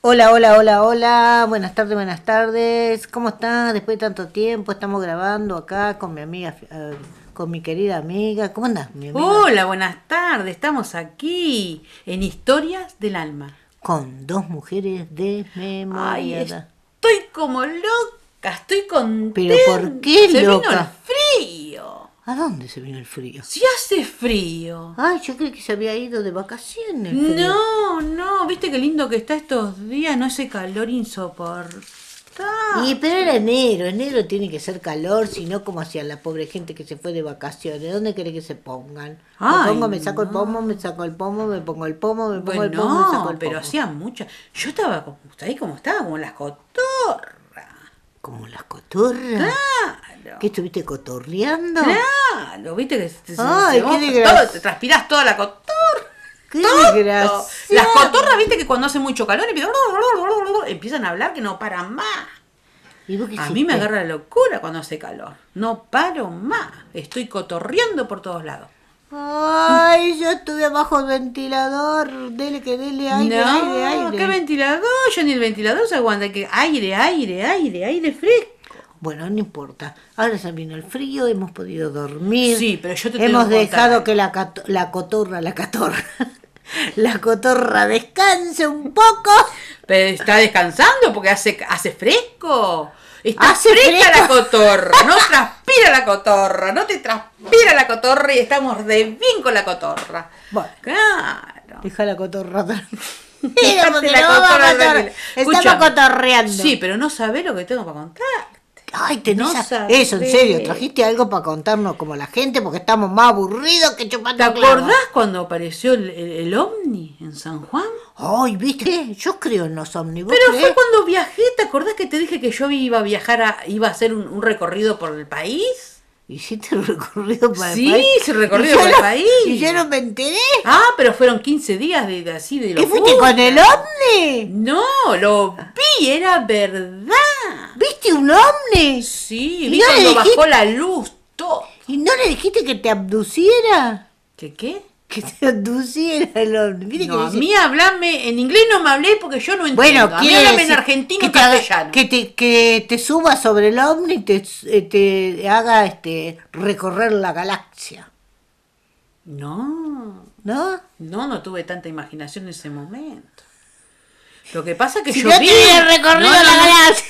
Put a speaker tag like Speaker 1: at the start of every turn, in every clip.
Speaker 1: Hola, hola, hola, hola. Buenas tardes, buenas tardes. ¿Cómo estás? Después de tanto tiempo estamos grabando acá con mi amiga, eh, con mi querida amiga. ¿Cómo andás, mi amiga?
Speaker 2: Hola, buenas tardes. Estamos aquí en Historias del Alma.
Speaker 1: Con dos mujeres
Speaker 2: Ay,
Speaker 1: desmemoriadas.
Speaker 2: estoy como loca, estoy contenta.
Speaker 1: Pero ¿por qué
Speaker 2: Se vino
Speaker 1: loca?
Speaker 2: el frío.
Speaker 1: ¿A dónde se vino el frío?
Speaker 2: Si hace frío.
Speaker 1: Ay, yo creí que se había ido de vacaciones. el frío.
Speaker 2: No, no, viste qué lindo que está estos días, no ese calor insoportable.
Speaker 1: Y pero era enero, enero tiene que ser calor, sino como hacía la pobre gente que se fue de vacaciones. ¿Dónde querés que se pongan? Me
Speaker 2: Ay,
Speaker 1: pongo, me saco el
Speaker 2: no.
Speaker 1: pomo, me saco el pomo, me pongo el pomo, me pongo
Speaker 2: Bueno,
Speaker 1: el pomo, me saco el
Speaker 2: pero
Speaker 1: pomo.
Speaker 2: hacía mucha. Yo estaba como, ahí como estaba, como las cotorras.
Speaker 1: Como las cotorras.
Speaker 2: Claro.
Speaker 1: ¿Qué estuviste cotorreando?
Speaker 2: Claro, viste que se, se-
Speaker 1: Ay,
Speaker 2: se- vos-
Speaker 1: qué
Speaker 2: todo,
Speaker 1: desgracia.
Speaker 2: te transpirás toda la cotorra.
Speaker 1: ¡Qué
Speaker 2: todo.
Speaker 1: desgracia!
Speaker 2: Las cotorras, viste que cuando hace mucho calor empiezan, empiezan a hablar que no paran más.
Speaker 1: ¿Y vos qué
Speaker 2: A mí me
Speaker 1: hiciste?
Speaker 2: agarra la locura cuando hace calor. No paro más. Estoy cotorreando por todos lados.
Speaker 1: Ay, yo estuve abajo del ventilador. Dele que dele aire,
Speaker 2: no,
Speaker 1: aire, aire.
Speaker 2: qué ventilador. Yo ni el ventilador se aguanta. Que aire, aire, aire, aire fresco.
Speaker 1: Bueno, no importa. Ahora se vino el frío, hemos podido dormir.
Speaker 2: Sí, pero yo te tengo
Speaker 1: Hemos
Speaker 2: que contar
Speaker 1: dejado
Speaker 2: algo.
Speaker 1: que la, cato- la cotorra, la catorra, la cotorra descanse un poco.
Speaker 2: Pero está descansando porque hace, hace fresco. Está
Speaker 1: Hace
Speaker 2: fresca
Speaker 1: fresco.
Speaker 2: la cotorra, no transpira la cotorra, no te transpira la cotorra y estamos de bien con la cotorra.
Speaker 1: Bueno.
Speaker 2: Claro.
Speaker 1: Deja la cotorra tranquila,
Speaker 2: Dejate
Speaker 1: porque
Speaker 2: la
Speaker 1: no vamos a
Speaker 2: cotorra
Speaker 1: cotor-
Speaker 2: tranquila.
Speaker 1: Estamos
Speaker 2: Escuchame.
Speaker 1: cotorreando.
Speaker 2: Sí, pero no sabés lo que tengo para contar.
Speaker 1: Ay, tenés
Speaker 2: No
Speaker 1: a-
Speaker 2: sabés.
Speaker 1: Eso, en serio, trajiste algo para contarnos como la gente porque estamos más aburridos que chupando
Speaker 2: ¿Te
Speaker 1: clavos.
Speaker 2: acordás cuando apareció el, el- el ovni en San Juan?
Speaker 1: Ay, ¿viste? ¿Qué? Yo creo en los ¿eh? ómnibus.
Speaker 2: Pero fue cuando viajé, ¿te acordás que te dije que yo iba a viajar, a- iba a hacer un- un recorrido por el país?
Speaker 1: ¿Hiciste el recorrido para
Speaker 2: Sí,
Speaker 1: el país?
Speaker 2: hice el recorrido
Speaker 1: Y yo
Speaker 2: por el
Speaker 1: no-
Speaker 2: país.
Speaker 1: Y yo no me enteré.
Speaker 2: Ah, pero fueron 15 días de, de- así de
Speaker 1: ¿Qué
Speaker 2: locura.
Speaker 1: fuiste con el ovni?
Speaker 2: No, lo vi, era verdad.
Speaker 1: ¿Viste un ovni?
Speaker 2: Sí,
Speaker 1: ¿Y
Speaker 2: vi
Speaker 1: no le
Speaker 2: cuando
Speaker 1: dijiste?
Speaker 2: bajó la luz, todo.
Speaker 1: ¿Y no le dijiste que te abduciera?
Speaker 2: ¿Qué qué?
Speaker 1: Que te abduciera el ovni. ¿Viste que
Speaker 2: No, a
Speaker 1: dice-
Speaker 2: mí hablame, en inglés no me hablé porque yo no entiendo.
Speaker 1: Bueno,
Speaker 2: a mí
Speaker 1: quiere
Speaker 2: hablame en
Speaker 1: decir
Speaker 2: argentino
Speaker 1: que
Speaker 2: y
Speaker 1: te, haga-
Speaker 2: castellano.
Speaker 1: que te que te suba sobre el ovni y te, eh, te haga este recorrer la galaxia,
Speaker 2: No,
Speaker 1: ¿no?
Speaker 2: no, no tuve tanta imaginación en ese momento. Lo que pasa es que
Speaker 1: Si
Speaker 2: yo
Speaker 1: no te
Speaker 2: vi...
Speaker 1: hubiera recorrido
Speaker 2: No, no,
Speaker 1: la
Speaker 2: no,
Speaker 1: galaxia,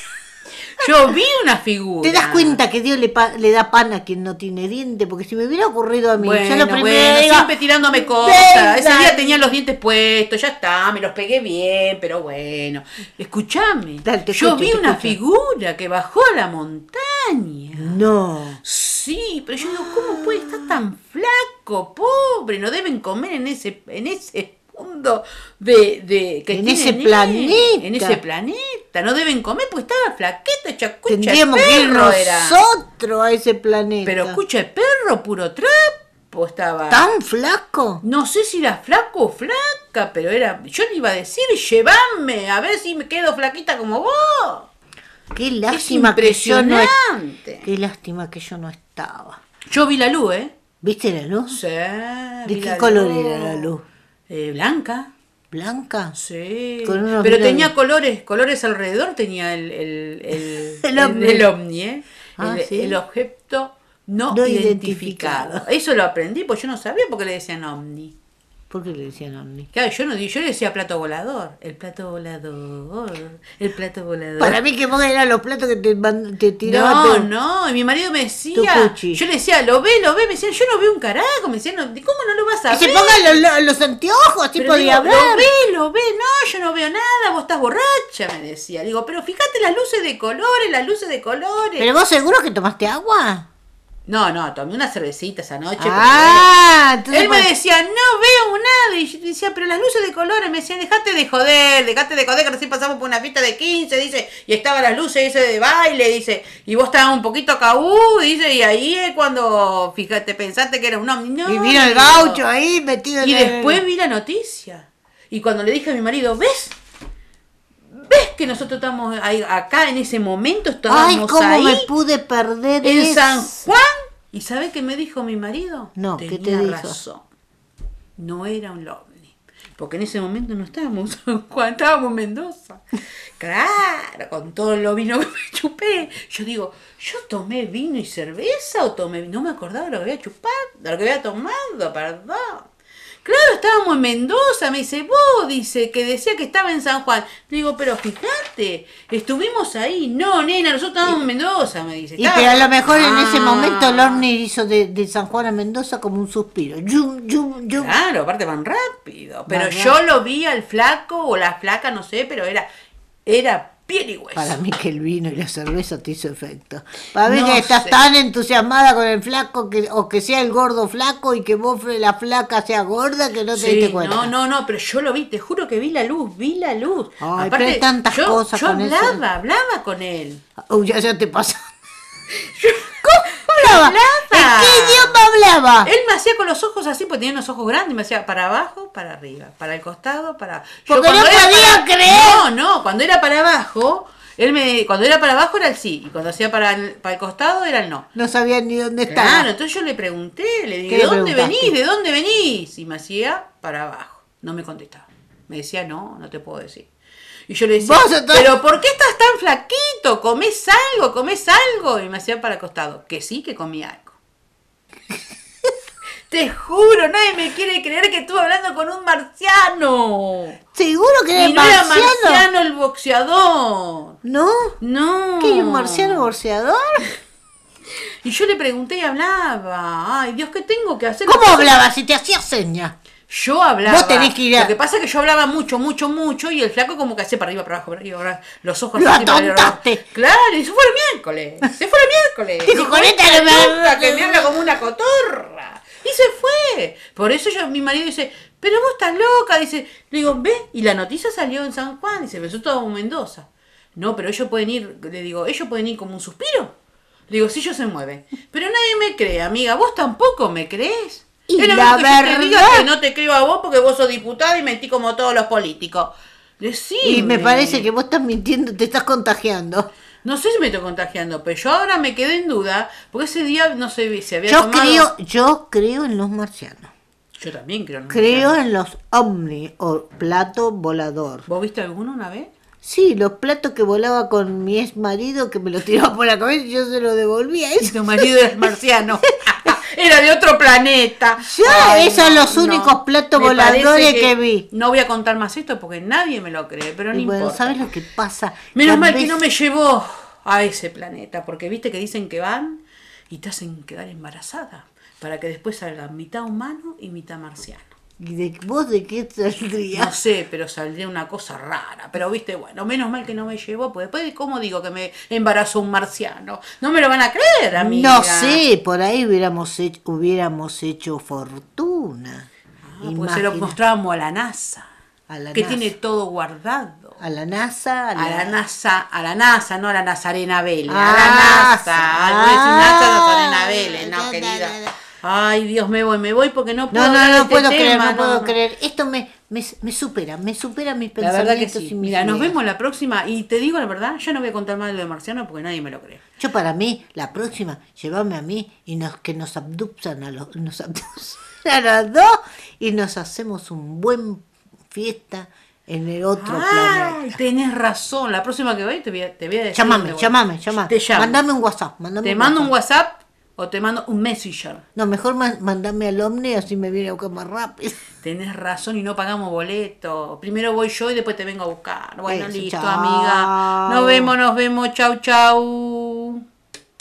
Speaker 2: yo vi una figura.
Speaker 1: te das cuenta que Dios le, pa- le da pan a quien no tiene diente, porque si me hubiera ocurrido a mí,
Speaker 2: Bueno,
Speaker 1: yo lo primero
Speaker 2: bueno,
Speaker 1: digo,
Speaker 2: siempre tirándome cosas. Ese
Speaker 1: "Venga".
Speaker 2: día tenía los dientes puestos, ya está, me los pegué bien, pero bueno. Escuchame,
Speaker 1: Dale, te
Speaker 2: yo
Speaker 1: escucho,
Speaker 2: vi
Speaker 1: te
Speaker 2: una
Speaker 1: escucho.
Speaker 2: figura que bajó a la montaña.
Speaker 1: No.
Speaker 2: Sí, pero yo digo, ¿cómo puede estar tan flaco, pobre? No deben comer en ese, en ese mundo de, de que
Speaker 1: En
Speaker 2: tienen
Speaker 1: ese
Speaker 2: él,
Speaker 1: planeta.
Speaker 2: En ese planeta, no deben comer porque estaba flaqueta, chacucha. de
Speaker 1: Tendríamos que ir
Speaker 2: perro era.
Speaker 1: nosotros a ese planeta.
Speaker 2: Pero escucha, el perro puro trapo estaba.
Speaker 1: ¿Tan flaco?
Speaker 2: No sé si era flaco o flaca, pero era. Yo le iba a decir, llévame, a ver si me quedo flaquita como vos.
Speaker 1: Qué
Speaker 2: Es
Speaker 1: lástima que yo no est-
Speaker 2: impresionante.
Speaker 1: Qué lástima que yo no estaba.
Speaker 2: Yo vi la luz, ¿eh?
Speaker 1: ¿Viste la luz?
Speaker 2: Sí.
Speaker 1: ¿De qué color era la luz?
Speaker 2: Eh, blanca.
Speaker 1: ¿Blanca?
Speaker 2: Sí.
Speaker 1: Con unos
Speaker 2: pero
Speaker 1: milanes.
Speaker 2: tenía colores, colores alrededor tenía el, el, el,
Speaker 1: El ovni.
Speaker 2: el ovni, ¿eh?
Speaker 1: Ah,
Speaker 2: el,
Speaker 1: sí.
Speaker 2: el objeto no,
Speaker 1: No
Speaker 2: identificado.
Speaker 1: identificado.
Speaker 2: Eso lo aprendí porque yo no sabía por qué le decían ovni.
Speaker 1: ¿Por qué le decían ovni?
Speaker 2: Claro, yo no di- yo le decía plato volador, el plato volador, el plato volador.
Speaker 1: Para mí que vos eran los platos que te, man- te tiraban.
Speaker 2: no,
Speaker 1: pero-
Speaker 2: no, y mi marido me
Speaker 1: Tu
Speaker 2: decía,
Speaker 1: cuchi.
Speaker 2: yo le decía, lo ve, lo ve, me decía, yo no veo un carajo, me decía, no, ¿cómo no lo vas a
Speaker 1: Que se
Speaker 2: ver?
Speaker 1: pongan los, los- los anteojos, así
Speaker 2: Pero
Speaker 1: podía
Speaker 2: digo, Lo
Speaker 1: hablar.
Speaker 2: ve, lo ve, no, yo no veo nada, vos estás borracha, me decía. Digo, pero fíjate las luces de colores, las luces de colores.
Speaker 1: ¿Pero vos seguro que tomaste agua?
Speaker 2: No, no, tomé una cervecita esa noche. porque
Speaker 1: ah, entonces
Speaker 2: Él me
Speaker 1: pues-
Speaker 2: decía, no veo nada. Y yo decía, pero las luces de colores. Me decían, dejate de joder, dejate de joder, que recién pasamos por una fiesta de 15, dice, y estaban las luces, dice, de baile, dice, y vos estabas un poquito cabú, dice, y ahí es cuando, fíjate, pensaste que era un ovni. No,
Speaker 1: Y vino el
Speaker 2: digo.
Speaker 1: gaucho ahí metido
Speaker 2: Y
Speaker 1: en el-
Speaker 2: después vi la noticia. Y cuando le dije a mi marido, ¿ves? ¿Ves que nosotros estamos ahí- acá en ese momento?
Speaker 1: Ay,
Speaker 2: Estábamos
Speaker 1: cómo
Speaker 2: ahí
Speaker 1: me pude perder
Speaker 2: en
Speaker 1: eso.
Speaker 2: San Juan. ¿Y sabe qué me dijo mi marido?
Speaker 1: No, ¿qué te
Speaker 2: Tenía
Speaker 1: dijo?
Speaker 2: razón. No era un ovni. porque en ese momento no estábamos en San Juan, estábamos en Mendoza. Claro, con todo lo vino que me chupé. Yo digo, ¿yo tomé vino y cerveza o tomé vino? No me acordaba de lo que había chupado, de lo que había tomado, perdón. Claro, estábamos en Mendoza, me dice, vos, dice, que decía que estaba en San Juan. Le digo, pero fíjate, estuvimos ahí. No, nena, nosotros estábamos en Mendoza, me dice.
Speaker 1: Y
Speaker 2: Estaba-
Speaker 1: pero a lo mejor en ese
Speaker 2: Ah.
Speaker 1: momento Lorne hizo de, de San Juan a Mendoza como un suspiro. Yum, yum, yum.
Speaker 2: Claro, aparte van rápido. Pero
Speaker 1: Van
Speaker 2: yo lo vi al flaco o la flaca, no sé, pero era, era piel y hueso.
Speaker 1: Para mí que el vino y la cerveza te hizo efecto. Para mí
Speaker 2: No
Speaker 1: que estás
Speaker 2: sé.
Speaker 1: tan entusiasmada con el flaco que, o que sea el gordo flaco y que vos la flaca sea gorda que no te
Speaker 2: Sí,
Speaker 1: diste cuenta.
Speaker 2: No, no, no, pero yo lo vi, te juro que vi la luz, vi la luz.
Speaker 1: Ay, pero hay tantas
Speaker 2: yo,
Speaker 1: cosas
Speaker 2: yo
Speaker 1: con eso.
Speaker 2: hablaba, hablaba con él.
Speaker 1: Uy, ya, ya te pasó. ¿Cómo hablaba?
Speaker 2: Hablaba.
Speaker 1: ¿En qué idioma hablaba?
Speaker 2: Él me hacía con los ojos así, porque tenía unos ojos grandes, me hacía para abajo, para arriba, para el costado, para. Yo
Speaker 1: Porque
Speaker 2: cuando
Speaker 1: no
Speaker 2: era
Speaker 1: podía
Speaker 2: para-
Speaker 1: creer.
Speaker 2: No, no, cuando era para abajo, él me, cuando era para abajo era el sí, y cuando hacía para el, para el costado era el no.
Speaker 1: No sabía ni dónde estaba.
Speaker 2: Claro, entonces yo le pregunté, le dije,
Speaker 1: ¿Qué
Speaker 2: ¿de
Speaker 1: le
Speaker 2: dónde
Speaker 1: preguntaste?
Speaker 2: venís? ¿De dónde venís? Y me hacía para abajo. No me contestaba. Me decía, no, no te puedo decir. Y yo le decía,
Speaker 1: Vos entonces-
Speaker 2: ¿pero por qué estás tan flaquito? ¿Comés algo? ¿Comés algo? Y me hacía para el costado. Que sí, que comí algo. te juro, nadie me quiere creer que estuve hablando con un marciano.
Speaker 1: Seguro que era
Speaker 2: Y no era
Speaker 1: marciano.
Speaker 2: marciano el boxeador.
Speaker 1: ¿No?
Speaker 2: No.
Speaker 1: ¿Qué un marciano boxeador?
Speaker 2: Y yo le pregunté y hablaba. Ay, Dios, ¿qué tengo que hacer?
Speaker 1: ¿Cómo
Speaker 2: Entonces,
Speaker 1: hablaba si te hacía señas?
Speaker 2: Yo hablaba.
Speaker 1: Vos tenés que ir a-
Speaker 2: Lo que pasa es que yo hablaba mucho, mucho, mucho y el flaco como que hacía para arriba, para abajo, para arriba, para abajo, los ojos
Speaker 1: Lo
Speaker 2: así, para arriba, para abajo.
Speaker 1: atontaste.
Speaker 2: Claro, y se fue el miércoles. Se fue el miércoles.
Speaker 1: Dijo,
Speaker 2: Y
Speaker 1: "Con esta
Speaker 2: esta
Speaker 1: no me-
Speaker 2: puta que me habla como una cotorra. Y se fue. Por eso yo, mi marido dice, pero vos estás loca. Dice, le digo, ve, y la noticia salió en San Juan. Dice, pero eso todo en Mendoza. No, pero ellos pueden ir, le digo, ellos pueden ir como un suspiro. Le digo, si ellos se mueven. Pero nadie me cree, amiga. Vos tampoco me crees.
Speaker 1: Y
Speaker 2: Es lo
Speaker 1: la
Speaker 2: mismo que yo te diga
Speaker 1: verdad-
Speaker 2: que no te creo a vos porque vos sos diputada y mentí como todos los políticos. Decime.
Speaker 1: Y me parece que vos estás mintiendo, te estás contagiando.
Speaker 2: No sé si me estoy contagiando, pero yo ahora me quedé en duda porque ese día no sé si había
Speaker 1: Yo
Speaker 2: tomado-
Speaker 1: creo, yo creo en los marcianos.
Speaker 2: Yo también creo. en un
Speaker 1: Creo
Speaker 2: marciano.
Speaker 1: en los ovni o plato volador.
Speaker 2: ¿Vos viste alguno una vez?
Speaker 1: Sí, los platos que volaba con mi ex marido que me los tiraba por la cabeza y yo se los devolvía.
Speaker 2: Y
Speaker 1: Eso,
Speaker 2: tu marido era marciano. Era de otro planeta.
Speaker 1: Ya, esos son los únicos platos
Speaker 2: Me parece
Speaker 1: voladores que vi.
Speaker 2: No voy a contar más esto porque nadie me lo cree, pero no
Speaker 1: y bueno,
Speaker 2: importa.
Speaker 1: ¿sabes lo que pasa?
Speaker 2: Menos
Speaker 1: Tal
Speaker 2: mal que
Speaker 1: vez-
Speaker 2: no me llevó a ese planeta, porque viste que dicen que van y te hacen quedar embarazada, para que después salga mitad humano y mitad marciano.
Speaker 1: ¿Y de vos de qué
Speaker 2: No
Speaker 1: saldrías?
Speaker 2: sé, pero saldría una cosa rara. Pero viste, bueno, menos mal que no me llevó, pues después, ¿cómo digo que me embarazó un marciano? No me lo van a creer, amiga.
Speaker 1: No sé, por ahí hubiéramos hecho, hubiéramos hecho fortuna.
Speaker 2: Ah, porque se lo
Speaker 1: Imagina-
Speaker 2: mostrábamos a la NASA,
Speaker 1: a la
Speaker 2: que
Speaker 1: NASA.
Speaker 2: tiene todo guardado.
Speaker 1: A la NASA, a la,
Speaker 2: A la NASA, a la NASA, no a la Nazarena Vélez. a
Speaker 1: Ah,
Speaker 2: la NASA. Algo de decir NASA, Nazarena
Speaker 1: da,
Speaker 2: Vélez,
Speaker 1: da,
Speaker 2: no,
Speaker 1: da,
Speaker 2: querida.
Speaker 1: da.
Speaker 2: Ay, Dios, me voy, me voy porque no puedo
Speaker 1: No, no,
Speaker 2: hablar de
Speaker 1: no
Speaker 2: este
Speaker 1: puedo
Speaker 2: tema,
Speaker 1: creer, no,
Speaker 2: no,
Speaker 1: puedo
Speaker 2: no.
Speaker 1: creer. Esto me, me, me supera, me supera mis
Speaker 2: La verdad que
Speaker 1: pensamientos
Speaker 2: sí.
Speaker 1: y mis
Speaker 2: Mira, nos
Speaker 1: ideas.
Speaker 2: vemos la próxima y te digo la verdad, yo no voy a contar más de lo de Marciano porque nadie me lo cree.
Speaker 1: Yo para mí, la próxima, llévame a mí y nos, que nos abductan a los, nos abductan a los dos y nos hacemos un buen fiesta en el otro
Speaker 2: Ay,
Speaker 1: planeta.
Speaker 2: tenés razón. La próxima que voy te voy a, te voy a decir.
Speaker 1: Llámame,
Speaker 2: dónde voy.
Speaker 1: llámame, llámame.
Speaker 2: Te llamo.
Speaker 1: Mandame un WhatsApp. Mandame
Speaker 2: te mando un WhatsApp o te mando un Messenger.
Speaker 1: No, mejor man- mandame al Omni así me viene a buscar más rápido.
Speaker 2: Tenés razón y no pagamos boleto. Primero voy yo y después te vengo a buscar. Bueno,
Speaker 1: Eso,
Speaker 2: listo,
Speaker 1: chao.
Speaker 2: amiga. Nos vemos, nos vemos. Chau, chau.